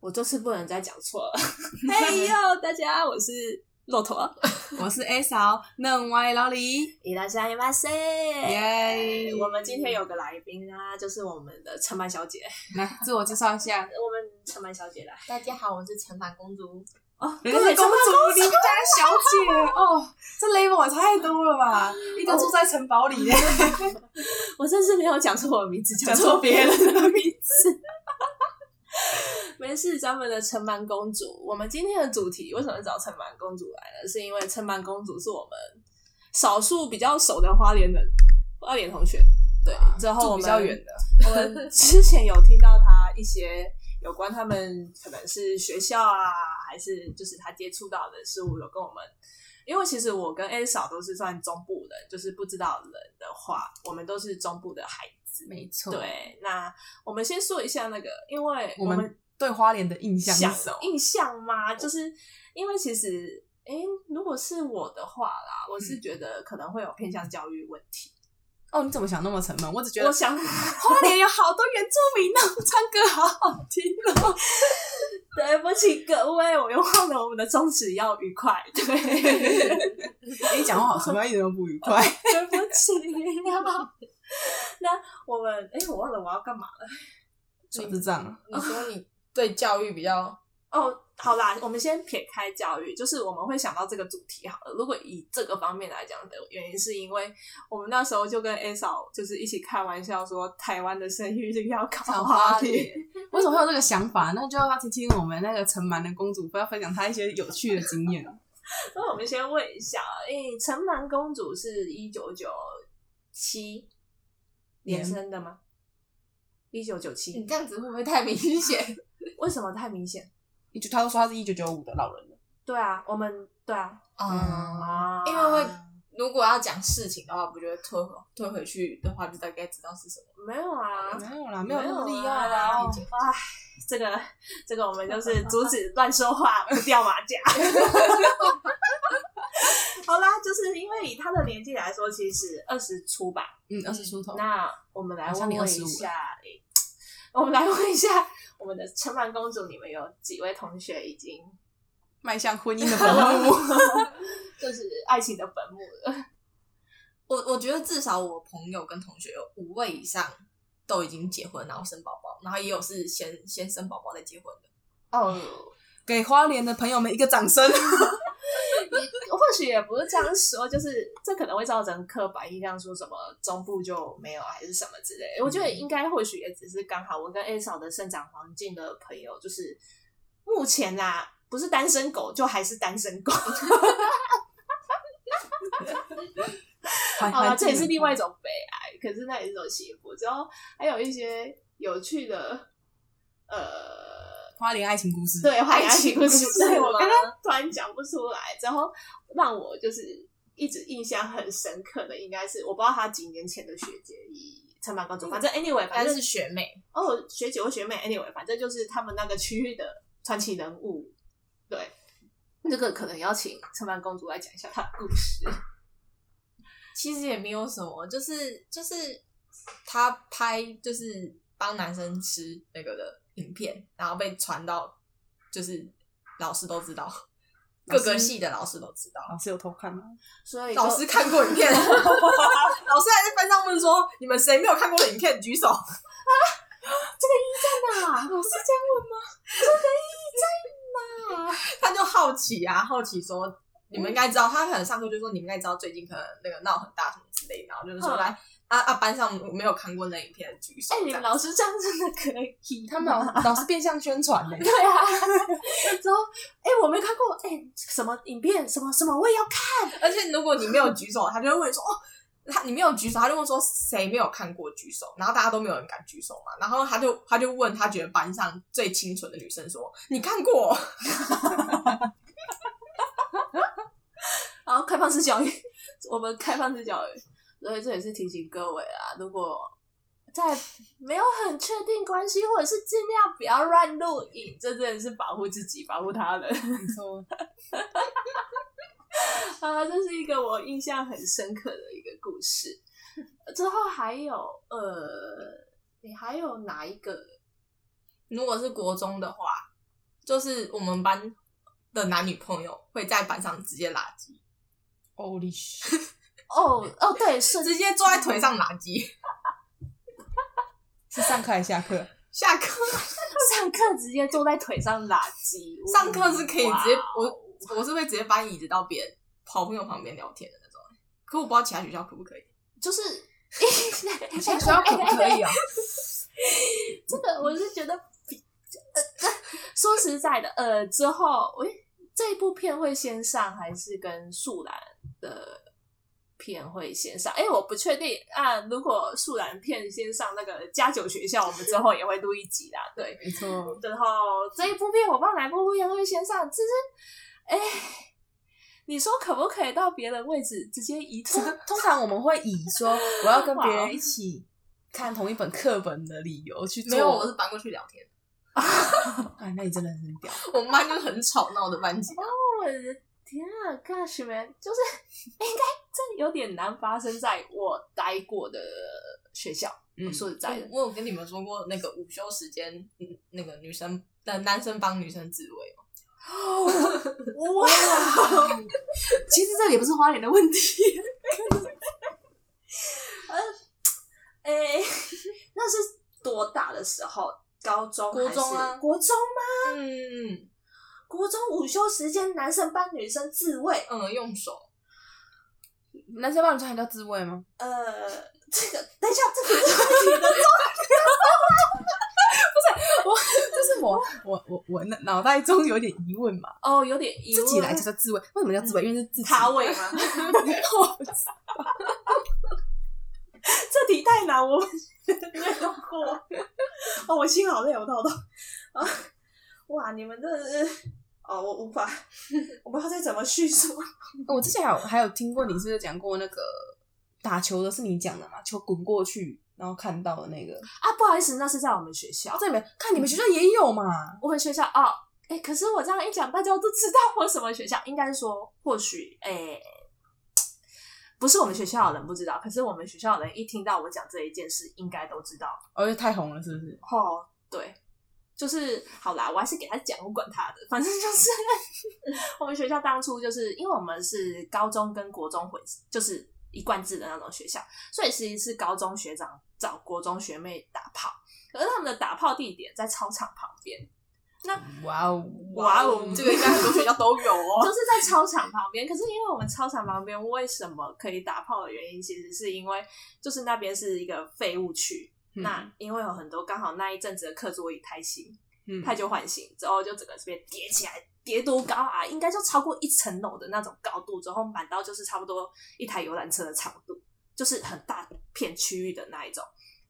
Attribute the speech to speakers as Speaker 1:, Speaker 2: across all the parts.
Speaker 1: 我这次不能再讲错了。 嘿哟，大家，我是骆驼，
Speaker 2: 我是 A 嫂，嫩歪老李，
Speaker 1: 伊拉夏伊巴塞。
Speaker 2: 耶！
Speaker 1: 我们今天有个来宾啊，就是我们的陈曼小姐。
Speaker 2: 来自我介绍一下，
Speaker 1: 我们陈曼小姐来
Speaker 3: 大家好，我是陈凡公主。
Speaker 1: 哦，
Speaker 2: 人家是公主，邻家小 姐哦，这 level 也太多了吧？一个住在城堡里耶，
Speaker 1: 我这次没有讲错我的名字，
Speaker 2: 讲
Speaker 1: 错
Speaker 2: 错别人
Speaker 1: 的名字。没事，咱们的城蛮公主。我们今天的主题为什么找城蛮公主来呢？是因为城蛮公主是我们少数比较熟的花莲人，花莲同学。对，之后我们
Speaker 2: 哦 住比较远的，
Speaker 1: 我们之前有听到他一些有关他们可能是学校啊，还是就是他接触到的事物，有跟我们。因为其实我跟 A 嫂都是算中部人，就是不知道人的话，我们都是中部的孩子。
Speaker 3: 没
Speaker 2: 嗯
Speaker 3: 错，
Speaker 1: 对，那我们先说一下那个，因为
Speaker 2: 我们对花莲的印象
Speaker 1: 想
Speaker 2: 是什么？
Speaker 1: 印象吗？就是因为其实，诶、如果是我的话啦，我
Speaker 2: 嗯
Speaker 1: 是觉得可能会有偏向教育问题。
Speaker 2: 哦，你怎么想那么沉闷？我只觉
Speaker 1: 我
Speaker 2: 得
Speaker 1: 想，
Speaker 2: 花莲有好多原住民哦，唱歌好 好听哦。
Speaker 1: 对不起各位，我又忘了我们的宗旨要愉快。对，对
Speaker 2: 你哎讲话好沉闷，一点都不愉 快。
Speaker 1: 不起。 那我们，哎、我忘了我要干嘛了。
Speaker 2: 就是这样，
Speaker 3: 你说你对教育比较
Speaker 1: 哦，好啦，我们先撇开教育，就是我们会想到这个主题好了。如果以这个方面来讲的原因，是因为我们那时候就跟 A 嫂就是一起开玩笑说，台湾的生育率要靠
Speaker 2: 靠
Speaker 1: 花
Speaker 2: 花
Speaker 1: 莲
Speaker 2: 莲。为什么会有这个想法？那就要听听我们那个城蛮的公主，不要分享她一些有趣的经验。
Speaker 1: 那我们先问一下，诶、城南公主是一九九七年
Speaker 2: 年
Speaker 1: 生的吗？一九九七
Speaker 3: 你，
Speaker 2: 嗯
Speaker 3: 这样子会不会太 明显？
Speaker 1: 为什么太明显？
Speaker 2: 一九，她都说她是一九九五的老人了。
Speaker 1: 对啊，我们对啊，
Speaker 2: 哦
Speaker 3: 嗯，
Speaker 1: 啊
Speaker 3: 因为会如果要讲事情的话，不就会退回退回去的话，就大概知道是什么。
Speaker 1: 没有啊，
Speaker 2: 没有啦，没
Speaker 1: 没
Speaker 2: 有那么厉害啊
Speaker 1: 啦
Speaker 2: 啦。
Speaker 1: 哎，这个这个我们就是阻止乱说话，不掉马 甲。好啦，就是因为以他的年纪来说，其实二十出吧，
Speaker 2: 嗯，二十出 头。
Speaker 1: 那我们来
Speaker 2: 好
Speaker 1: 问
Speaker 2: 像你
Speaker 1: 问
Speaker 2: 25
Speaker 1: 一
Speaker 2: 了
Speaker 1: 下，诶 我们来问一下我们的陈曼公主，你们有几位同学已 经
Speaker 2: 迈向婚姻的坟墓。
Speaker 1: 就是爱情的坟墓了？
Speaker 3: 我我觉得至少我朋友跟同学有五位以上都已经结婚，然后生宝宝，然后也有是先先生宝宝再结婚的。嗯
Speaker 1: 哦，
Speaker 2: 给花莲的朋友们一个掌声。
Speaker 1: 或许也不是这样说，就是这可能会造成刻板印象，说什么中部就没有还是什么之类的。我
Speaker 2: 嗯
Speaker 1: 觉得应该或许也只是刚好我跟 A 嫂的生长环境的朋友，就是目前啊，不是单身狗就还是单身狗，
Speaker 2: 好
Speaker 1: 好了，啊这也是另外一
Speaker 2: 嗯
Speaker 1: 种悲哀，可是那也是一种幸福。之后还有一些有趣的，呃，
Speaker 2: 花莲爱情故事。
Speaker 1: 对，花样情故事，对我
Speaker 3: 吗
Speaker 1: 刚刚突然讲不出来，然后让我就是一直印象很深刻的，应该是我不知道她几年前的学姐，以城满高
Speaker 3: 嗯
Speaker 1: 中，反正 anyway，反
Speaker 3: 但
Speaker 1: 正
Speaker 3: 是学妹，
Speaker 1: 哦学姐或学妹，anyway，反正就是他们那个区域的传奇人物，对。这个可能要请城满公主来讲一下她的故事。
Speaker 3: 其实也没有什么，就是就是他拍就是帮男生吃那个的影片，然后被传到，就是老师都知道，
Speaker 2: 老
Speaker 3: 各
Speaker 2: 师
Speaker 3: 个系的老师都知道。
Speaker 2: 老师有偷看吗？
Speaker 1: 所以就
Speaker 3: 老师看过 影片，老师还在班上问说：“你们谁没有看过的影片举手
Speaker 1: 啊，
Speaker 2: 老师这样。？”
Speaker 3: 他就好奇啊，好奇说：“你们应该知道，他可能上课就说你们应该知道最近可能那个闹很大什么之类的，然后就是说
Speaker 1: 嗯
Speaker 3: 来啊啊，班上没有看过那影片的举手。
Speaker 1: 哎、
Speaker 3: 这
Speaker 1: 你
Speaker 3: 样
Speaker 1: 们老师这样真的可以？
Speaker 2: 他们 老老师变相宣传呢、
Speaker 1: 对啊，然后哎、我没看过哎、什么影片，什么什么我也要看。
Speaker 3: 而且如果你没有举手，他就会问说：“哦，他你没有举手，他就问说谁没有看过举手？”然后大家都没有人敢举手嘛。然后他就他就问他觉得班上最清纯的女生说：“你看过
Speaker 1: 然后开放式教育，我们开放式教育，所以这也是提醒各位啊，如果在没有很确定关系，或者是尽量不要乱录影，这真的是保护自己、保护他人
Speaker 2: 没错，
Speaker 1: 啊！这是一个我印象很深刻的一个故事。之后还有呃，你还有哪一个？
Speaker 3: 如果是国中的话，就是我们班的男女朋友会在班上直接拉鸡，
Speaker 2: Holy shit！
Speaker 1: 哦哦，对，是
Speaker 3: 直接坐在腿上拉鸡，
Speaker 2: 是上课还是下课？
Speaker 3: 下课
Speaker 1: 上课直接坐在腿上拉鸡，
Speaker 3: 上课是可以直接
Speaker 1: 哇
Speaker 3: 我我是会直接搬椅子到别人好朋友旁边聊天的那种，可我不知道其他学校可不可以。
Speaker 1: 就是。
Speaker 2: 你 现在学校可不可以啊？
Speaker 1: 这个我是觉得比，呃， 呃说实在的，呃，之后喂、这一部片会先上还是跟树兰的片会先上？哎、我不确定啊。如果树兰片先上那个加九学校，我们之后也会录一集啦。对，
Speaker 2: 没错，
Speaker 1: 然后这一部片我不知道哪一部片会先上，只是哎。你说可不可以到别的位置直接移
Speaker 2: 这
Speaker 1: 动？
Speaker 2: 个通常我们会以说我要跟别人一起看同一本课本的理由去做。
Speaker 3: 没有，我是搬过去聊天。
Speaker 2: 哎，那你真的很屌。
Speaker 3: 我们班就是很吵闹的班级啊、
Speaker 1: 我的天啊，Gosh man，就是 应该这有点难发生在我待过的学校。
Speaker 2: 嗯
Speaker 1: 我说实在的，
Speaker 3: 我有跟你们说过那个午休时间，嗯那个女生呃男生帮女生自慰吗？
Speaker 1: 哇，
Speaker 2: 其实这也不是花莲的问题，
Speaker 1: 哎、呃那是多大的时候？高中
Speaker 3: 国
Speaker 1: 还是
Speaker 3: 中啊
Speaker 1: 国中吗？
Speaker 3: 嗯
Speaker 1: 国中午休时间，男生帮女生自慰。
Speaker 3: 嗯，用手
Speaker 2: 男生帮你穿还叫自慰吗？
Speaker 1: 呃，这个等一下，这个问题的
Speaker 2: 就是我我我我脑脑袋中有点疑问嘛，
Speaker 1: 哦，有点疑
Speaker 2: 自
Speaker 1: 问。
Speaker 2: 己 来就叫自慰，为什么叫
Speaker 3: 嗯
Speaker 2: 自慰？因为是自己
Speaker 1: 卡位吗？这题太难，我没有过。哦，我心好累，我到到啊！哇，你们真的是哦，我无法， 我不知道再怎么叙述。
Speaker 2: 我之前还有还有听过你是不是讲过那个打球的是你讲的嘛？球滚过去，然后看到的那个。
Speaker 1: 啊，不好意思，那是在我们学校
Speaker 2: 哦，，这里面看你们学校也有嘛？
Speaker 1: 我们学校哦。哎、可是我这样一讲，大家都知道我什么学校。应该说，或许哎、不是我们学校的人不知道，可是我们学校的人一听到我讲这一件事，应该都知道。
Speaker 2: 哦，因为太红了，是不是？
Speaker 1: 哦，对，就是好啦，我还是给他讲，我管他的，反正就是 我们学校当初就是因为我们是高中跟国中混，就是一贯制的那种学校，所以其实是高中学长找国中学妹打炮，可是他们的打炮地点在操场旁边，
Speaker 2: 哇哦，
Speaker 1: 哇哦
Speaker 3: 这个应该很多学校都有
Speaker 1: 就
Speaker 3: 哦。
Speaker 1: 是在操场旁边。可是因为我们操场旁边为什么可以打炮的原因，其实是因为就是那边是一个废物区。
Speaker 2: 嗯
Speaker 1: 那因为有很多刚好那一阵子的课桌椅太新，
Speaker 2: 嗯
Speaker 1: 他就唤醒之后，就整个这边叠起来，叠多高啊？应该就超过一层楼的那种高度，之后满到就是差不多一台游览车的长度，就是很大片区域的那一种。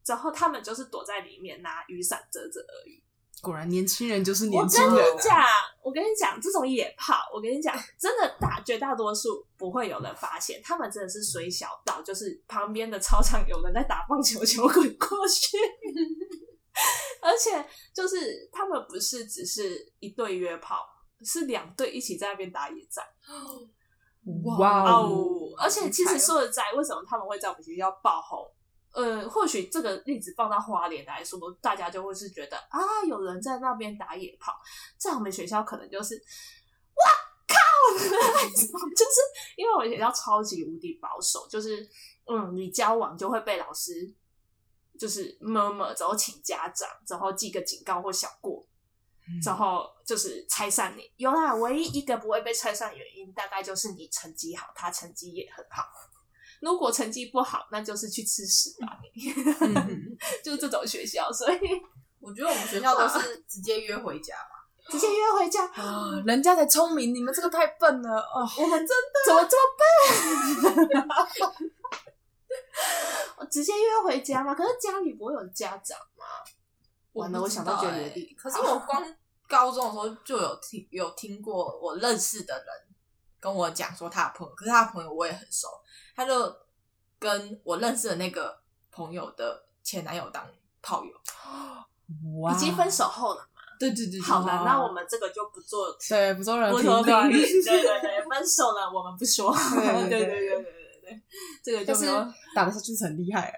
Speaker 1: 之后他们就是躲在里面拿雨伞遮着而已。
Speaker 2: 果然年轻人就是
Speaker 1: 我
Speaker 2: 年轻
Speaker 1: 跟你
Speaker 2: 人。
Speaker 1: 讲，我跟你讲，这种野炮，我跟你讲，真的大绝大多数不会有人发现，他们真的是水小到，就是旁边的操场有人在打棒球，球滚过去。 而且就是他们不是只是一队约炮，是两队一起在那边打野战
Speaker 2: 哇
Speaker 1: 哦
Speaker 2: 哦，
Speaker 1: 而且其
Speaker 3: 好
Speaker 1: 实
Speaker 3: 精彩哦
Speaker 1: 说实在，为什么他们会在我们学校爆红？呃，或许这个例子放到花莲来说，大家就会是觉得啊，有人在那边打野炮，在我们学校可能就是哇靠的 那种，就是因为我们学校超级无敌保守，就是嗯，你交往就会被老师就是摸摸，之后请家长，之后记个警告或小过，
Speaker 2: 嗯
Speaker 1: 之后就是拆散你。有啦，唯一一个不会被拆散的原因，大概就是你成绩好，他成绩也很好。如果成绩不好，那就是去吃屎吧你，
Speaker 2: 嗯嗯
Speaker 1: 就是这种学校，所 以
Speaker 3: 我觉得我们学校都是直接约回家吧，
Speaker 1: 直接约回家。
Speaker 2: 啊人家才聪明，你们这个太笨了哦。
Speaker 1: 我们真的 怎么这么笨？我直接约回家嘛？可是家里不会有家长吗？完了，我
Speaker 3: 不知
Speaker 1: 想到
Speaker 3: 道
Speaker 1: 觉得有
Speaker 3: 欸
Speaker 1: 点
Speaker 3: 可是我光高中的时候就有听有听过我认识的人跟我讲说他的朋友，可是他的朋友我也很熟，他就跟我认识的那个朋友的前男友当炮友。
Speaker 2: 哇，
Speaker 1: 已经分手后了。
Speaker 2: 对，对对对，
Speaker 1: 好了，
Speaker 2: 哦
Speaker 1: 那我们这个就不做
Speaker 2: 对不做人
Speaker 1: 不
Speaker 2: 评
Speaker 1: 说
Speaker 2: 论
Speaker 1: 对。 对 对，分手了我们不说。对对
Speaker 2: 对对对
Speaker 1: 对对对对，这个
Speaker 2: 但
Speaker 1: 就没
Speaker 2: 是
Speaker 1: 有。
Speaker 2: 打得下去是很厉害，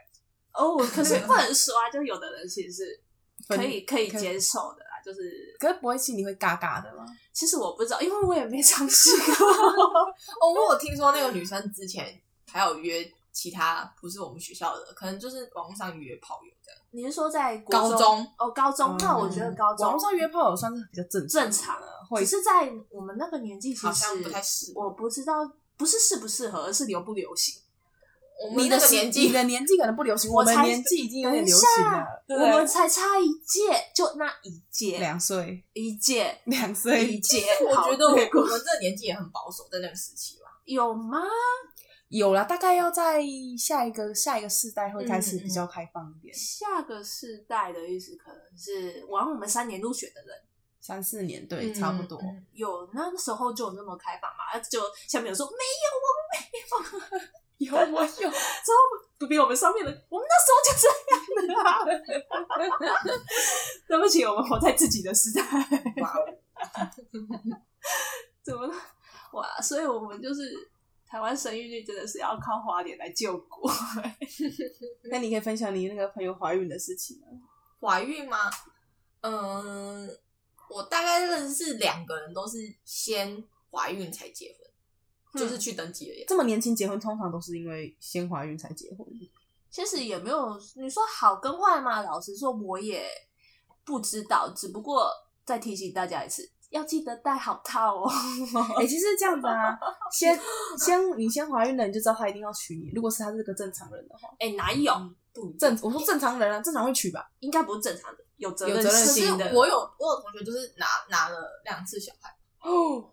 Speaker 1: 哦，可是不能说啊，就有的人其实是可以可以接受的啦，就是
Speaker 2: 可是不会心里会嘎嘎的吗？
Speaker 1: 其实我不知道，因为我也没尝试过。
Speaker 3: 哦，我有听说那个女生之前还有约其他不是我们学校的，可能就是网络上约炮友这样。
Speaker 1: 你是说在国
Speaker 3: 高中
Speaker 1: 哦，高中？那我觉得高中
Speaker 2: 网络上约炮友算是比较正
Speaker 1: 正
Speaker 2: 常
Speaker 1: 常啊
Speaker 2: 的，，
Speaker 1: 只
Speaker 2: 会
Speaker 1: 是在我们那个年纪，其实
Speaker 3: 好像不太适合
Speaker 1: 我不知道，不是适不适合，而是流不流行。
Speaker 3: 我
Speaker 2: 你
Speaker 3: 们
Speaker 2: 的
Speaker 3: 那个
Speaker 2: 时
Speaker 3: 年
Speaker 2: 你
Speaker 3: 纪，
Speaker 2: 的年纪可能不流行，
Speaker 1: 我
Speaker 2: 我们
Speaker 1: 才
Speaker 2: 年纪已经有
Speaker 1: 等
Speaker 2: 点
Speaker 1: 一
Speaker 2: 流
Speaker 1: 下
Speaker 2: 行啊 了，
Speaker 1: 我们才差一届，就那一届，
Speaker 2: 两岁，
Speaker 1: 一届，
Speaker 2: 两
Speaker 1: 一
Speaker 2: 岁
Speaker 1: 届。
Speaker 3: 我
Speaker 1: 好
Speaker 3: 觉得我
Speaker 1: 对
Speaker 3: 我们这个年纪也很保守，在那个时期吧。
Speaker 1: 有吗？
Speaker 2: 有了，大概要在下一个下一个世代会开始
Speaker 3: 嗯嗯嗯
Speaker 2: 比较开放一点，
Speaker 1: 下个世代的意思可能是往我们三年入学的人，
Speaker 2: 三四年对，
Speaker 3: 嗯
Speaker 2: 差不多。
Speaker 3: 嗯
Speaker 1: 有那时候就有那么开放嘛？啊就下面有说没有，我们
Speaker 2: 有
Speaker 3: 嗯
Speaker 2: 我有，
Speaker 1: 之后比我们上面的，我们那时候就这样的啊。对不起，我们活在自己的时代。
Speaker 3: 哇哦，
Speaker 1: 怎么了？哇！所以我们就是台湾生育率真的是要靠花莲来救国。
Speaker 2: 那你可以分享你那个朋友怀孕的事情啊。
Speaker 3: 怀孕吗？嗯，我大概认识两个人都是先怀孕才结婚，
Speaker 1: 嗯
Speaker 3: 就是去登记了耶。
Speaker 2: 这么年轻结婚，通常都是因为先怀孕才结婚。
Speaker 1: 其实也没有你说好跟坏嘛，老实说我也不知道，只不过再提醒大家一次，要记得戴好套哦。
Speaker 2: 哎、其实这样子啊，先先你先怀孕了，你就知道他一定要娶你。如果是他是个正常人的话，
Speaker 1: 哎、哪有？
Speaker 3: 不一
Speaker 2: 正我说正常人啊，正常会娶吧？
Speaker 1: 应该不是正常的，有责
Speaker 2: 有责任
Speaker 3: 可是
Speaker 1: 心
Speaker 2: 心
Speaker 1: 的。
Speaker 3: 我有我有同学就是拿拿了两次小孩，
Speaker 2: 哦，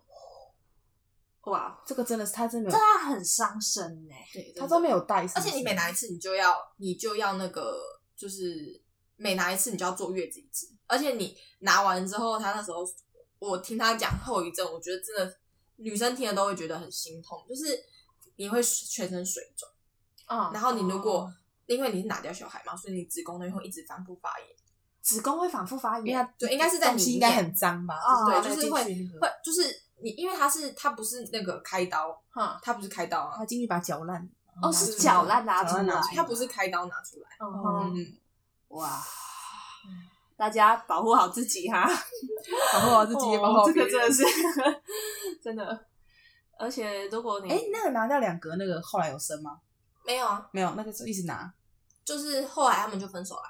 Speaker 1: 哇，
Speaker 2: 这个真的是他真的没
Speaker 1: 这
Speaker 2: 有，
Speaker 1: 他很伤身呢、
Speaker 3: 对，
Speaker 2: 他都没有带，
Speaker 3: 而且你每拿一次，你就要你就要那个，就是每拿一次你就要坐月子一次，而且你拿完之后，他那时候我听他讲后遗症，我觉得真的女生听了都会觉得很心痛，就是你会全身水肿，
Speaker 1: 嗯
Speaker 3: 然后你如果、因为你是拿掉小孩嘛，所以你子宫内会一直反复发炎，
Speaker 1: 子宫会反复发
Speaker 2: 因
Speaker 1: 炎
Speaker 2: 为，他
Speaker 3: 对应该是在
Speaker 2: 东西
Speaker 3: 里
Speaker 2: 应该
Speaker 3: 面
Speaker 2: 很脏吧？
Speaker 1: 哦
Speaker 3: 对，
Speaker 2: 对
Speaker 3: 就是
Speaker 2: 进
Speaker 3: 会
Speaker 2: 去那个
Speaker 3: 会就是你因为它是它不是那个开刀，
Speaker 1: 哼、
Speaker 3: 它不是开刀啊
Speaker 2: 他，进去把搅烂。
Speaker 1: 哦，是搅烂拿出
Speaker 2: 搅烂
Speaker 1: 来
Speaker 2: 拿出，来
Speaker 3: 它不是开刀拿出来，
Speaker 1: 嗯
Speaker 2: 哦
Speaker 1: 哼，
Speaker 3: 哦嗯。
Speaker 1: 哇。大家保护好自己哈。
Speaker 2: 保护好自己，也保护
Speaker 1: 哦
Speaker 2: 好
Speaker 1: 这
Speaker 2: 别
Speaker 1: 个真
Speaker 2: 人
Speaker 1: 的是真的。而且如果你
Speaker 2: 哎、那个拿掉两格那个后来有生吗？
Speaker 3: 没有啊，
Speaker 2: 没有，那个就一直拿。
Speaker 3: 就是后来他们就分手了，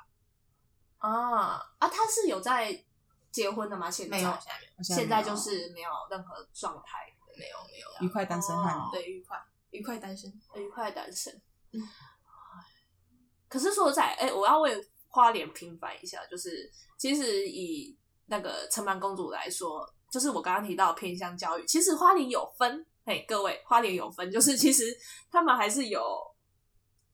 Speaker 1: 啊啊，他是有在结婚的吗？现在
Speaker 3: 没有，现在没有，
Speaker 2: 我
Speaker 1: 现
Speaker 2: 没有
Speaker 1: 在就是没有任何状态，
Speaker 3: 没有，没有。
Speaker 2: 愉快单身汉。
Speaker 1: 哦
Speaker 3: 对，愉快，愉快单身。
Speaker 1: 愉快单身
Speaker 3: 嗯。
Speaker 1: 可是说实在，哎、我要为花莲平反一下，就是其实以那个城南公主来说，就是我刚刚提到偏乡教育，其实花莲有分，嘿，各位，花莲有分，就是其实他们还是有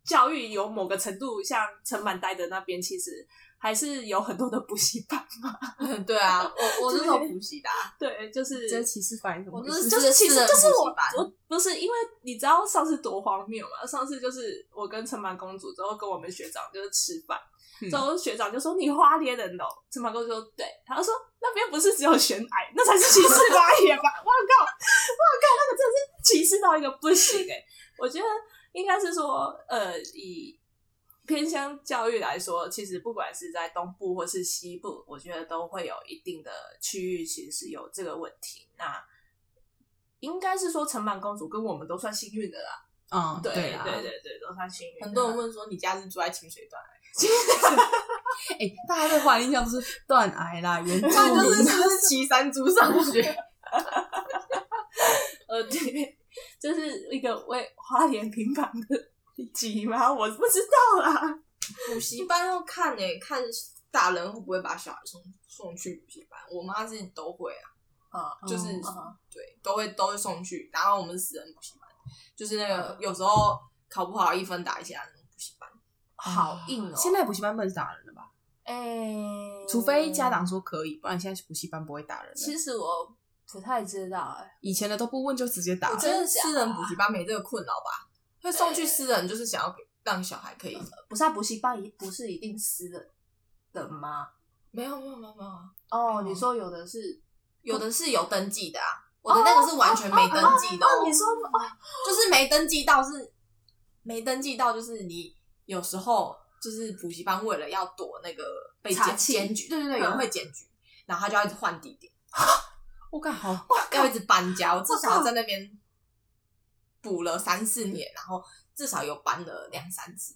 Speaker 1: 教育有某个程度，像城满待的那边，其实还是有很多的补习班 嘛，
Speaker 3: 对啊， 我我是从补习的啊，
Speaker 1: 对，就是
Speaker 2: 这歧视反应怎么
Speaker 3: 我
Speaker 2: 回
Speaker 3: 就是
Speaker 2: 事？
Speaker 1: 就是其实就是
Speaker 3: 私人补
Speaker 1: 我
Speaker 3: 习班
Speaker 1: 我不是因为你知道上次多荒谬吗？上次就是我跟城满公主之后跟我们学长就是吃饭，
Speaker 2: 嗯
Speaker 1: 之后学长就说你花莲人哦，城满公主说对，他说那边不是只有悬崖，那才是歧视 花莲吧？我靠，我靠，那个真的是歧视到一个不行哎、我觉得应该是说呃以。偏乡教育来说，其实不管是在东部或是西部，我觉得都会有一定的区域其实是有这个问题。那应该是说城满公主跟我们都算幸运的啦，
Speaker 2: 嗯，
Speaker 1: 对
Speaker 2: 啊。
Speaker 1: 对对对，都算幸运的。
Speaker 3: 很多人问说你家是住在清水段，
Speaker 2: 哎、大家对华人印象就是断崖啦，原住
Speaker 3: 这哦就是
Speaker 2: 民。
Speaker 3: 是不是骑山猪上学？
Speaker 1: 呃，对， 这是一个为花莲平反的一集吗？我不知道啊啦。
Speaker 3: 补习班要看诶，看大人会不会把小孩送送去补习班。我妈自己都会啊，
Speaker 1: 啊
Speaker 3: 就是
Speaker 1: 啊
Speaker 3: 对，都会都会送去。然后我们是私人补习班，就是那个有时候考不好一分打一下那种补习班。
Speaker 1: 好硬哦。
Speaker 2: 现在补习班不能打人了吧？
Speaker 1: 哎，
Speaker 2: 除非家长说可以，不然现在去补习班不会打人了。
Speaker 1: 其实我不太知道哎。
Speaker 2: 以前的都不问就直接打
Speaker 3: 我
Speaker 2: 了。
Speaker 3: 觉
Speaker 1: 真
Speaker 3: 得
Speaker 1: 的假的
Speaker 3: 私人补习班没这个困扰吧？会送去私人就是想要给让小孩可以
Speaker 1: 不是啊，补习班一不是一定私人的吗？
Speaker 3: 没有没有没有没有啊，
Speaker 1: 哦，
Speaker 2: 嗯
Speaker 1: 你说有的是
Speaker 3: 有的是有登记的啊，我的那个是完全没登记的、
Speaker 1: 哦，你说哦，
Speaker 3: 就是没登记到是没登记到，就是你有时候就是补习班为了要躲那个被
Speaker 1: 查
Speaker 3: 检
Speaker 1: 气
Speaker 3: 检举，对对对，有人
Speaker 1: 嗯
Speaker 3: 会检举，然后他就要一直换地点，
Speaker 2: 我靠，好
Speaker 3: 要一直搬家。我至少在那边补了三四年，然后至少有搬了两三次。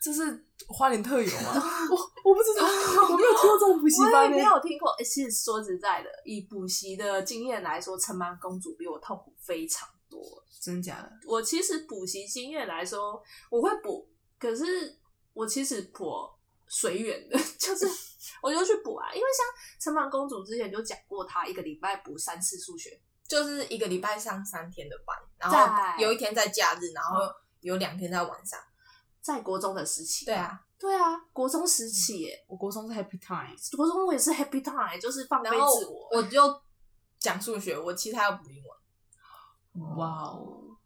Speaker 2: 这是花莲特有吗？我我不知道， 我没有听过这种补习
Speaker 1: 我也
Speaker 2: 班
Speaker 1: 没
Speaker 2: 呢。
Speaker 1: 有听过。欸其实说实在的，以补习的经验来说，城门公主比我痛苦非常多。
Speaker 2: 真假的？
Speaker 1: 我其实补习经验来说，我会补，可是我其实颇随缘的， 就是我就去补啊。因为像城门公主之前就讲过，她一个礼拜补三次数学，
Speaker 3: 就是一个礼拜上三天的班，然
Speaker 1: 在嗯
Speaker 3: 后有一天在假日，然后有两天在晚上。
Speaker 1: 在国中的时期。
Speaker 3: 对，啊，
Speaker 1: 对啊，国中时期耶，
Speaker 2: 我国中是 Happy Time，
Speaker 1: 国中我也是 happy time，就是放飞
Speaker 3: 然后
Speaker 1: 自我。
Speaker 3: 我就讲数学，我其他要补英文。
Speaker 2: 哇哦，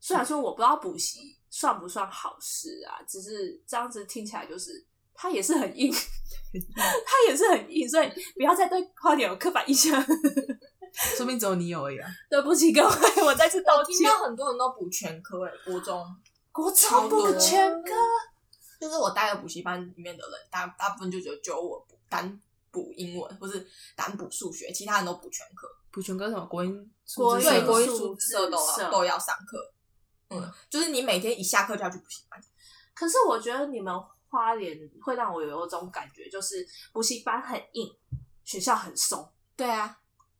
Speaker 1: 虽然说我不知道补习算不算好事啊，只是这样子听起来就是它也是很 硬，它也是很硬，所以不要再对花莲有刻板印象。
Speaker 2: 说不定只有你有而已啊。
Speaker 1: 对不起各位， 我再次道
Speaker 3: 我听
Speaker 1: 歉。
Speaker 3: 到很多人都补全科诶、国中
Speaker 1: 国
Speaker 3: 超
Speaker 1: 中
Speaker 3: 多
Speaker 1: 补全科，
Speaker 3: 就是我待的补习班里面的人，大大部分就只有只有我补单补英文，或是单补数学，其他人都补全科。
Speaker 2: 补全科什么国音、
Speaker 1: 国
Speaker 2: 数
Speaker 1: 音
Speaker 2: 字
Speaker 3: 对，
Speaker 2: 社
Speaker 3: 国
Speaker 1: 音
Speaker 3: 语、数字社都
Speaker 1: 社
Speaker 3: 要都要上课。嗯，就是你每天一下课就要去补习班，
Speaker 1: 可是我觉得你们花莲会让我有一种感觉，就是补习班很硬，学校很松。
Speaker 3: 对啊，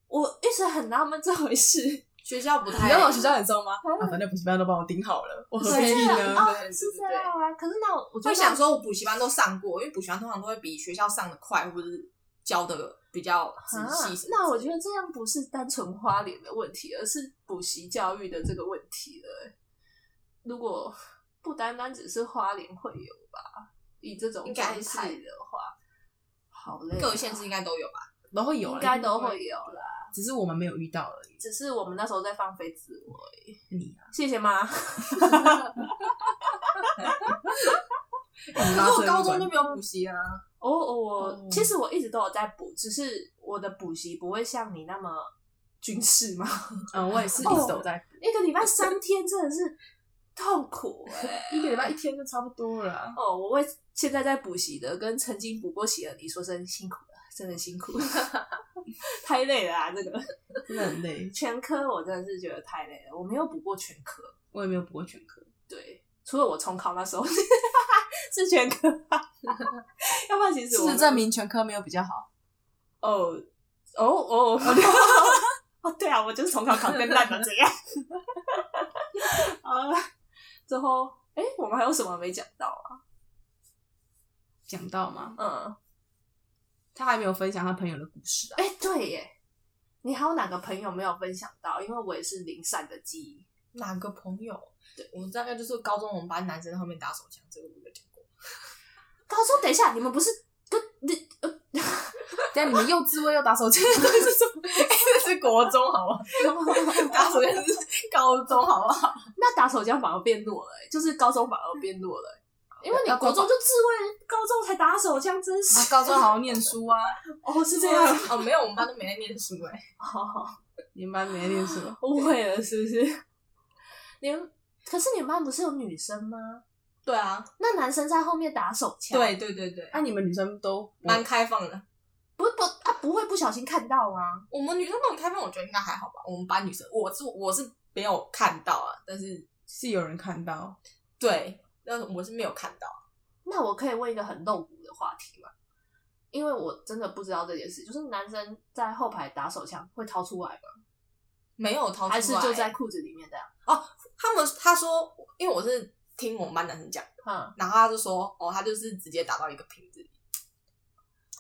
Speaker 1: 我一直很纳闷这回事。
Speaker 3: 学校不太，
Speaker 2: 你知道我学校很重吗？
Speaker 1: 嗯
Speaker 2: 啊，反正补习班都帮我顶好了，我何
Speaker 3: 对
Speaker 2: 必
Speaker 1: 是
Speaker 2: 呢？
Speaker 1: 啊
Speaker 3: 对对
Speaker 1: 是这
Speaker 3: 对对
Speaker 1: 样啊，可是那我我就
Speaker 3: 会想说，我补习班都上过，因为补习班通常都会比学校上的快，或者是教的比较仔
Speaker 1: 啊
Speaker 3: 细什么之类的。
Speaker 1: 那我觉得这样不是单纯花脸的问题，而是补习教育的这个问题了欸。如果不单单只是花脸会有吧，以这种
Speaker 3: 应
Speaker 1: 状
Speaker 3: 该
Speaker 1: 态
Speaker 3: 是
Speaker 1: 的话，好累啊、
Speaker 3: 各县市应该都有吧？
Speaker 2: 都会有啦，
Speaker 1: 应该都会有啦，
Speaker 2: 只是我们没有遇到而已。
Speaker 1: 只是我们那时候在放飞自我而已。
Speaker 2: 你啊，
Speaker 1: 谢谢妈，
Speaker 2: 可
Speaker 3: 可是我高中就没有补习啊，
Speaker 1: 我我、
Speaker 2: 哦
Speaker 1: 其实我一直都有在补，只是我的补习不会像你那么军事嘛，
Speaker 2: 嗯，我也是一直都在，
Speaker 1: 一个礼拜三天真的是痛苦哎、
Speaker 2: 一个礼拜一天就差不多了啊。
Speaker 1: 哦，我为现在在补习的跟曾经补过习的你说声辛苦了，真的辛 苦，太累了啊！这个
Speaker 2: 真的很累，
Speaker 1: 全科我真的是觉得太累了，我没有补过全科，
Speaker 2: 我也没有补过全科。
Speaker 1: 对，除了我重考那时候 是全科， 要不然其实
Speaker 2: 事
Speaker 1: 我
Speaker 2: 实证明全科没有比较好，
Speaker 1: 哦哦哦 哦，对啊，我就是重考考更烂了，怎 样？啊，之后哎，我们还有什么没讲到啊？
Speaker 2: 讲到吗？
Speaker 1: 嗯，
Speaker 2: 他还没有分享他朋友的故 事啊。
Speaker 1: 哎、对耶，你还有哪个朋友没有分享到？因为我也是零散的记忆。
Speaker 3: 哪个朋友？对，我大概就是高中我们班男生在后面打手枪，这个我有讲过。
Speaker 1: 高中，等一下，你们不是跟你呃，
Speaker 2: 但你们幼稚味又打 手枪，
Speaker 3: 这是国中好吗？打手枪是高中好不好？
Speaker 1: 那打手枪反而变弱了耶，就是高中反而变弱了耶。因为你国中就自卫，高中才打手枪，真
Speaker 2: 啊
Speaker 1: 是
Speaker 2: 高中好好念书 啊。
Speaker 1: 哦，是这 样，
Speaker 3: 哦，没有，我们班都没在念书哎、
Speaker 1: 好好
Speaker 2: 你们班没在念书，
Speaker 1: 误会了，是不 是？你们可是你们班不是有女生吗？
Speaker 3: 对啊，
Speaker 1: 那男生在后面打手枪，，
Speaker 3: 对对对对，
Speaker 2: 那啊你们女生都
Speaker 3: 蛮开放的。
Speaker 1: 不不啊，不会不小心看到啊吗？
Speaker 3: 我们女生那种开放，我觉得应该还好吧。我们班女生，我是我是没有看到啊，但是
Speaker 2: 是有人看到，
Speaker 3: 对，但是我是没有看到。
Speaker 1: 那我可以问一个很露骨的话题吗？因为我真的不知道这件事，就是男生在后排打手枪会掏出来吗？
Speaker 3: 没有掏出来，
Speaker 1: 还是就在裤子里面这样？
Speaker 3: 他们他说，因为我是听我们班男生讲，
Speaker 1: 嗯，
Speaker 3: 然后他就说，哦，他就是直接打到一个瓶子里，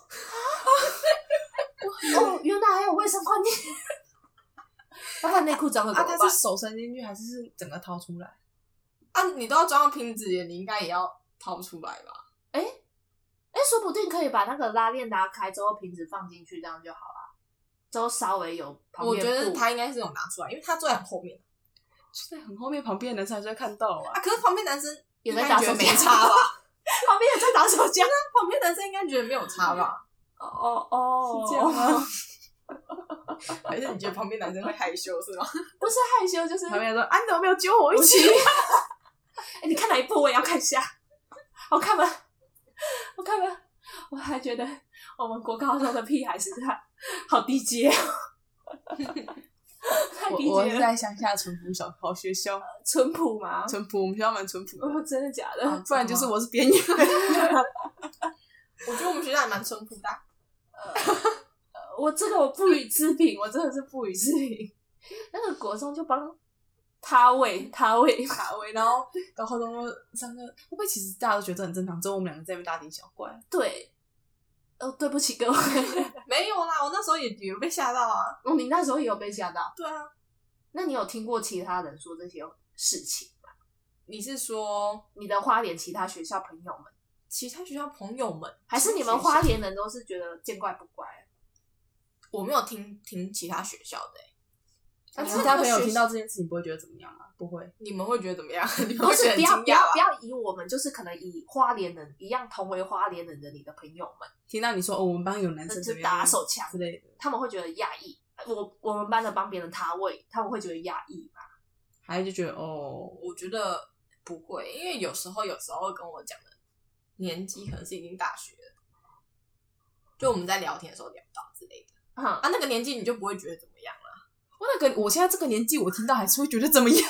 Speaker 1: 哦，原来还有卫生观念。 要看内裤脏了怎
Speaker 2: 啊，
Speaker 1: 么
Speaker 2: 他
Speaker 1: 办？
Speaker 2: 是手伸进去还是是整个掏出来？
Speaker 3: 啊，你都要装到瓶子里，你应该也要掏出来吧？
Speaker 1: 哎、说不定可以把那个拉链拉开之后，瓶子放进去，这样就好了。之后稍微有旁边
Speaker 3: 我觉得
Speaker 1: 布
Speaker 3: 他应该是有拿出来，因为他坐在很后面
Speaker 2: 就在很后面，旁边的男生还是会看到啊。
Speaker 3: 啊。可是旁边男生
Speaker 1: 也在
Speaker 3: 应
Speaker 1: 打
Speaker 3: 该
Speaker 1: 手枪
Speaker 3: 觉得没差吧？
Speaker 1: 旁边也在打手枪。
Speaker 3: 旁边男生应该觉得没有差吧？
Speaker 1: 哦哦哦，
Speaker 2: 是这样吗？
Speaker 3: 还是你觉得旁边男生会害羞是吗？
Speaker 1: 不是害羞，就是
Speaker 2: 旁边说：“啊，你怎么没有揪我一起
Speaker 1: 哎、你看哪一 部？我也要看一下。好看吗？好看吗？我还觉得我们国高中的屁孩实在好低阶、哦， 太低
Speaker 2: 我我
Speaker 1: 阶
Speaker 2: 是
Speaker 1: 了。
Speaker 2: 在乡下淳朴小好学校，
Speaker 1: 淳朴吗？
Speaker 2: 淳朴，我们学校蛮淳 朴的，
Speaker 1: 哦，真的假的？
Speaker 3: 啊
Speaker 2: 不然就是我是边缘人。
Speaker 3: 我觉得我们学校还蛮淳朴的啊、
Speaker 1: 我这个我不予置评，我真的是不予置评。那个国中就帮他位他位
Speaker 2: 卡位，然后到高中上课，会不会其实大家都觉得很正常？只有我们两个在那边大惊小怪。
Speaker 1: 对，哦，对不起各位，
Speaker 3: 没有啦，我那时候也也有被吓到啊。
Speaker 1: 哦你那时候也有被吓到，
Speaker 3: 对啊，
Speaker 1: 那你有听过其他人说这些事情？
Speaker 3: 你是说
Speaker 1: 你的花莲其他学校朋友们，
Speaker 3: 其他学校朋友们，
Speaker 1: 还是你们
Speaker 3: 花？
Speaker 1: 花莲人都是觉得见怪不怪？啊
Speaker 3: 我没有听听其他学校的欸、
Speaker 1: 但
Speaker 2: 你
Speaker 1: 是
Speaker 2: 其啊他
Speaker 1: 那个
Speaker 2: 朋友
Speaker 1: 学
Speaker 2: 听到这件事情不会觉得怎么样吗？不会，
Speaker 3: 你们会觉得怎么样？ 你们
Speaker 1: 不
Speaker 3: 会觉
Speaker 1: 是不
Speaker 3: 得很
Speaker 1: 要
Speaker 3: 惊
Speaker 1: 不
Speaker 3: 讶啊
Speaker 1: 要
Speaker 3: 吧
Speaker 1: 不？要以我们，就是可能以花莲人一样同为花莲人的你的朋友们，
Speaker 2: 听到你说哦，我们班有男生
Speaker 1: 就
Speaker 2: 怎
Speaker 1: 是
Speaker 2: 么
Speaker 1: 打
Speaker 2: 样
Speaker 1: 手枪
Speaker 2: 之类的，
Speaker 1: 他们会觉得讶异。我我们班的帮别人他位，他们会觉得讶异吧？
Speaker 2: 还就觉得哦，
Speaker 3: 我觉得不会，因为有时候有时候跟我讲的年纪可能是已经大学了，就我们在聊天的时候聊到之类的
Speaker 1: 嗯，
Speaker 3: 啊，那个年纪你就不会觉得怎么样了。
Speaker 2: 我那个我现在这个年纪，我听到还是会觉得怎么样？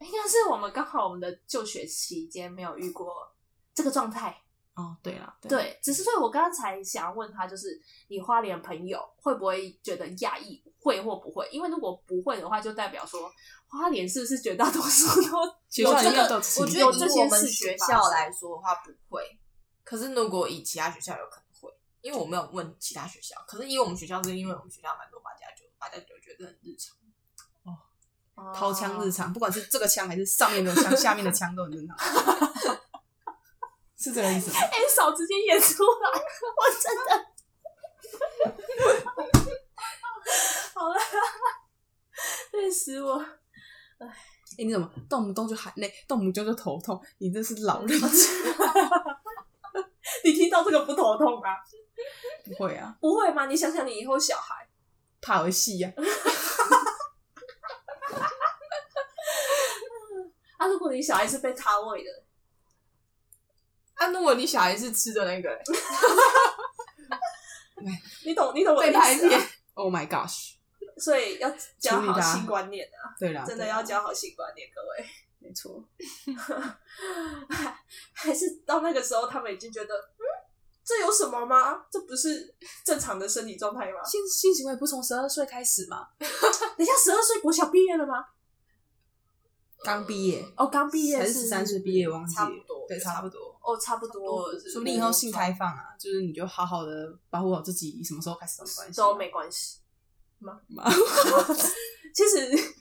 Speaker 1: 应该是我们刚好我们的就学期间没有遇过这个状态。
Speaker 2: 哦，对啦，对，
Speaker 1: 对，只是所以我刚才想要问他，就是你花莲朋友会不会觉得讶异，会或不会？因为如果不会的话，就代表说花莲是不是绝大多数都
Speaker 2: 学校里
Speaker 1: 有这
Speaker 2: 面都
Speaker 1: 个
Speaker 2: 有这
Speaker 3: 我
Speaker 2: 个情
Speaker 3: 觉得以
Speaker 1: 有
Speaker 2: 况
Speaker 1: 这
Speaker 3: 我
Speaker 1: 些
Speaker 3: 们
Speaker 1: 事
Speaker 3: 学
Speaker 1: 情发
Speaker 3: 校
Speaker 1: 生
Speaker 3: 来说的话不会，可是如果以其他学校有可能会，因为我没有问其他学校，可是以我们学校是因为我们学校蛮多八加九，八加九觉得很日常。
Speaker 1: 哦
Speaker 2: 掏枪日常，不管是这个枪还是上面的枪、下面的枪都很正常，是这个意思吗？
Speaker 1: 哎、嫂直接演出来， 我真的。好了，累死我！
Speaker 2: 哎、你怎么动不动就喊累，动不动就头痛？你这是老 人家
Speaker 1: 你听到这个不头痛吗？
Speaker 2: 不会啊，
Speaker 1: 不会吗？你想想，你以后小孩，
Speaker 2: 怕儿戏呀、
Speaker 1: 啊，如果你小孩是被他喂的，
Speaker 3: 啊，如果你小孩是吃的那个、
Speaker 1: 你懂你懂我的
Speaker 3: 被
Speaker 1: 意
Speaker 3: 排
Speaker 1: 思
Speaker 3: 解
Speaker 1: 啊、，
Speaker 2: Oh my gosh！
Speaker 1: 所以要教
Speaker 2: 处理
Speaker 1: 好
Speaker 2: 它
Speaker 1: 性观念啊，
Speaker 2: 对啦，
Speaker 1: 真
Speaker 2: 对
Speaker 1: 的
Speaker 2: 啦
Speaker 1: 要教好性观念，各位。
Speaker 2: 没错，
Speaker 1: 还是到那个时候，他们已经觉得，嗯，这有什么吗？这不是正常的身体状态吗？
Speaker 2: 性性行为不是从十二岁开始吗？
Speaker 1: 等一下，十二岁国小毕业了吗？
Speaker 2: 刚毕业
Speaker 1: 哦，刚毕业
Speaker 2: 还
Speaker 1: 是
Speaker 2: 是十三岁毕业，忘记
Speaker 3: 差不
Speaker 2: 了
Speaker 3: 多，
Speaker 2: 对，差
Speaker 3: 差
Speaker 2: 不
Speaker 3: 不
Speaker 2: 多。
Speaker 3: 多。
Speaker 1: 哦，差不多
Speaker 3: 差不多是
Speaker 2: 说不定以后性开放啊，就是你就好好的保护好自己，什么时候开始都没关系。
Speaker 1: 都没关系。
Speaker 2: 嘛，
Speaker 1: 其实，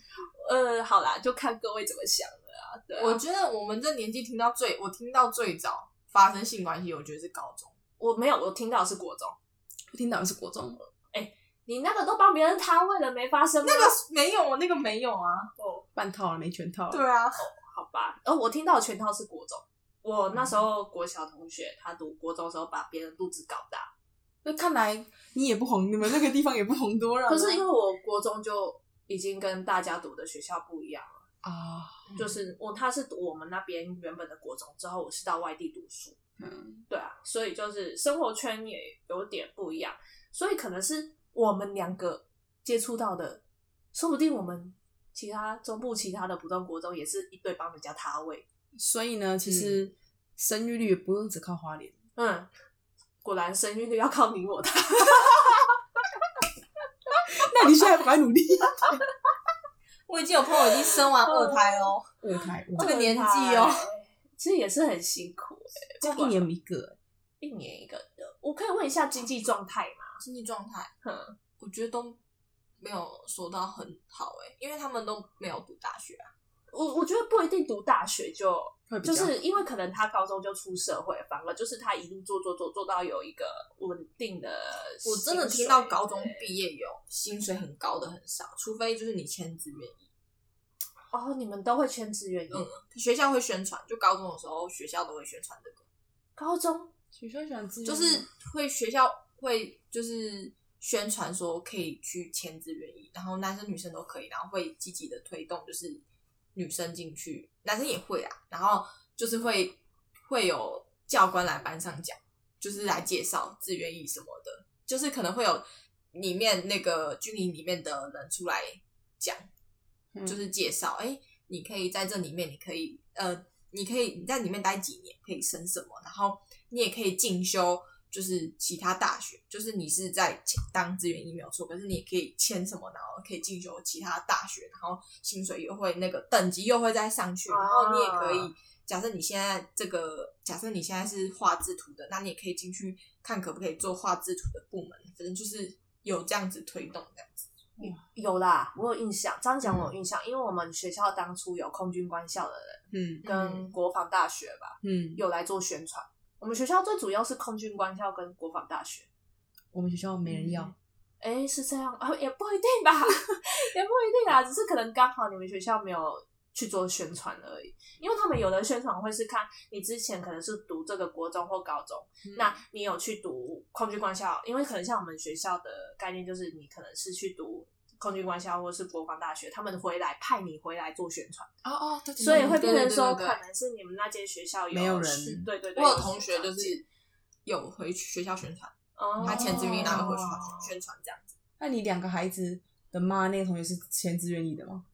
Speaker 1: 呃，好啦，就看各位怎么想了啊。对啊
Speaker 3: 我觉得我们这年纪听到最，我听到最早发生性关系，我觉得是高中。
Speaker 1: 我没有，我听到的是国中，
Speaker 2: 我听到的是国中，
Speaker 1: 你那个都帮别人摊位了，没发生吗
Speaker 3: 那个没有啊，那个没有啊。
Speaker 1: 哦，
Speaker 2: 半套了没全套了。
Speaker 3: 对啊，
Speaker 1: 好吧，呃，我听到的全套是国中。我那时候国小同学，他读国中的时候把别人肚子搞大，
Speaker 2: 那看来嗯你也不红，你们那个地方也不红多了。
Speaker 1: 可是因为我国中就已经跟大家读的学校不一样了，
Speaker 2: 啊，
Speaker 1: 就是我他是读我们那边原本的国中，之后我是到外地读书，
Speaker 2: 嗯，
Speaker 1: 对啊，所以就是生活圈也有点不一样，所以可能是我们两个接触到的，说不定我们其他中部其他的普通国中也是一对帮人家他位，
Speaker 2: 所以呢，其实生育率不用只靠花莲，
Speaker 1: 嗯，果然生育率要靠你我他，
Speaker 2: 那你现在赶快努力。
Speaker 3: 我已经有朋友已经生完二胎哦。
Speaker 2: 二胎，
Speaker 3: 这
Speaker 2: 哇，
Speaker 3: 个年纪哦，
Speaker 1: 欸其实也是很辛苦、 欸
Speaker 2: 这样一年一个，
Speaker 1: 一年一个，我可以问一下经济状态吗？
Speaker 3: 经济状态，
Speaker 1: 嗯，
Speaker 3: 我觉得都没有说到很好哎、因为他们都没有读大学啊。
Speaker 1: 我我觉得不一定读大学就
Speaker 2: 会比较
Speaker 1: 就。是因为可能他高中就出社会，反而就是他一路做做做做到有一个稳定的薪水。
Speaker 3: 我真的听到高中毕业有薪水很高的很少，除非就是你签字愿意。
Speaker 1: 哦，你们都会全职原因、
Speaker 3: 嗯学校会宣传，就高中的时候学校都会宣传这个。
Speaker 1: 高中
Speaker 2: 学校喜欢自
Speaker 1: 嗯
Speaker 3: 就是会学校会就是宣传说可以去签字愿意，然后男生女生都可以，然后会积极的推动，就是女生进去，男生也会啊，然后就是会会有教官来班上讲，就是来介绍志愿役什么的，就是可能会有里面那个军营里面的人出来讲，
Speaker 2: 嗯
Speaker 3: 就是介绍，哎、你可以在这里面，你可以呃，你可以你在里面待几年，可以升什么，然后你也可以进修，就是其他大学，就是你是在签当志愿役没有错，可是你也可以签什么，然后可以进修其他大学，然后薪水又会那个等级又会再上去，
Speaker 1: 啊
Speaker 3: 然后你也可以。假设你现在这个，假设你现在是画制图的，那你也可以进去看可不可以做画制图的部门，反正就是有这样子推动这样子。
Speaker 1: 有啦，我有印象，这样讲
Speaker 3: 嗯
Speaker 1: 我有印象，因为我们学校当初有空军官校的人
Speaker 2: 嗯
Speaker 1: 跟国防大学吧，
Speaker 2: 嗯，
Speaker 1: 有来做宣传。我们学校最主要是空军官校跟国防大学。
Speaker 2: 我们学校没人要，
Speaker 1: 哎，是这样啊，也不一定吧， 也不一定啦，只是可能刚好你们学校没有去做宣传而已，因为他们有的宣传会是看你之前可能是读这个国中或高中，
Speaker 2: 嗯
Speaker 1: 那你有去读空军官校，因为可能像我们学校的概念就是你可能是去读空军官校或是国防大学，他们回来派你回来做宣传，
Speaker 2: 哦哦，对，对
Speaker 1: 所以会变成
Speaker 3: 嗯对
Speaker 1: 说
Speaker 3: 对对
Speaker 1: 可
Speaker 3: 对
Speaker 1: 能是你们那间学校
Speaker 2: 没有人
Speaker 1: 是对对对，
Speaker 3: 我有同学
Speaker 1: 宣
Speaker 3: 就
Speaker 1: 传
Speaker 3: 是有回学校宣传，
Speaker 1: 哦
Speaker 3: 他前志愿役然后回学校
Speaker 1: 哦
Speaker 3: 宣传这样子，
Speaker 2: 那你两个孩子的妈那个同学是签志愿意的吗？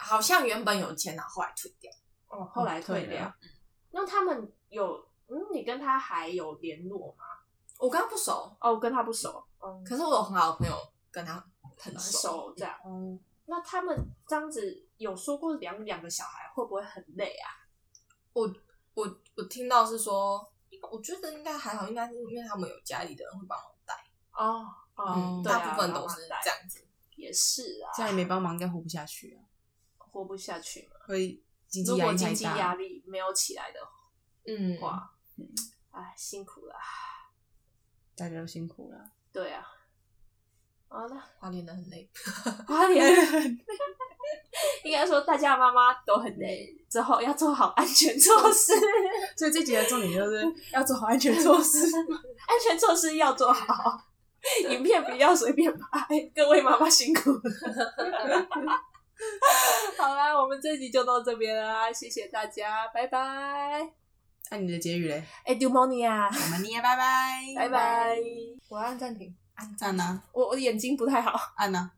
Speaker 3: 好像原本有签，然后后来退掉。
Speaker 1: 哦，后来退
Speaker 2: 退
Speaker 1: 掉。
Speaker 2: 了
Speaker 1: 那他们有，嗯，你跟他还有联络吗？
Speaker 3: 我跟他不熟，
Speaker 1: 哦，跟他不熟，嗯，
Speaker 3: 可是我有很好的朋友跟他很
Speaker 1: 很
Speaker 3: 熟，
Speaker 1: 熟这样。
Speaker 2: 哦，
Speaker 1: 那他们这样子有说过两两个小孩会不会很累啊？
Speaker 3: 我我听到是说，我觉得应该还好，应该是因为他们有家里的人会帮忙带，
Speaker 1: 哦，哦
Speaker 2: 嗯，
Speaker 1: 对啊
Speaker 3: 大部分都是
Speaker 1: 妈妈带
Speaker 3: 这样子。
Speaker 1: 也是啊，
Speaker 2: 家里没帮忙应该活不下去啊，
Speaker 1: 活不下去嘛。
Speaker 2: 会经济
Speaker 1: 如
Speaker 2: 压
Speaker 1: 果
Speaker 2: 力
Speaker 1: 经
Speaker 2: 太
Speaker 1: 济压
Speaker 2: 大。
Speaker 1: 力没有起来的
Speaker 3: 嗯，
Speaker 1: 话，哎，辛苦了。
Speaker 2: 大家都辛苦 了，
Speaker 1: 对啊，好了，
Speaker 3: 花莲的很累，
Speaker 1: 花莲 应该说大家的妈妈都很累，之后要做好安全措施，
Speaker 2: 所以这集的重点就是 要做好安全措施。
Speaker 1: 安全措施要做好，影片不要随便拍，各位妈妈辛苦了。 好啦，我们这集就到这边啦，谢谢大家，拜拜。
Speaker 2: 那、你的结语嘞？
Speaker 1: 哎、d u m o n i a
Speaker 2: 我们捏，拜拜，
Speaker 1: 拜拜。我要按暂停，
Speaker 2: 按赞呐、
Speaker 1: 我我眼睛不太好。
Speaker 2: 按呐、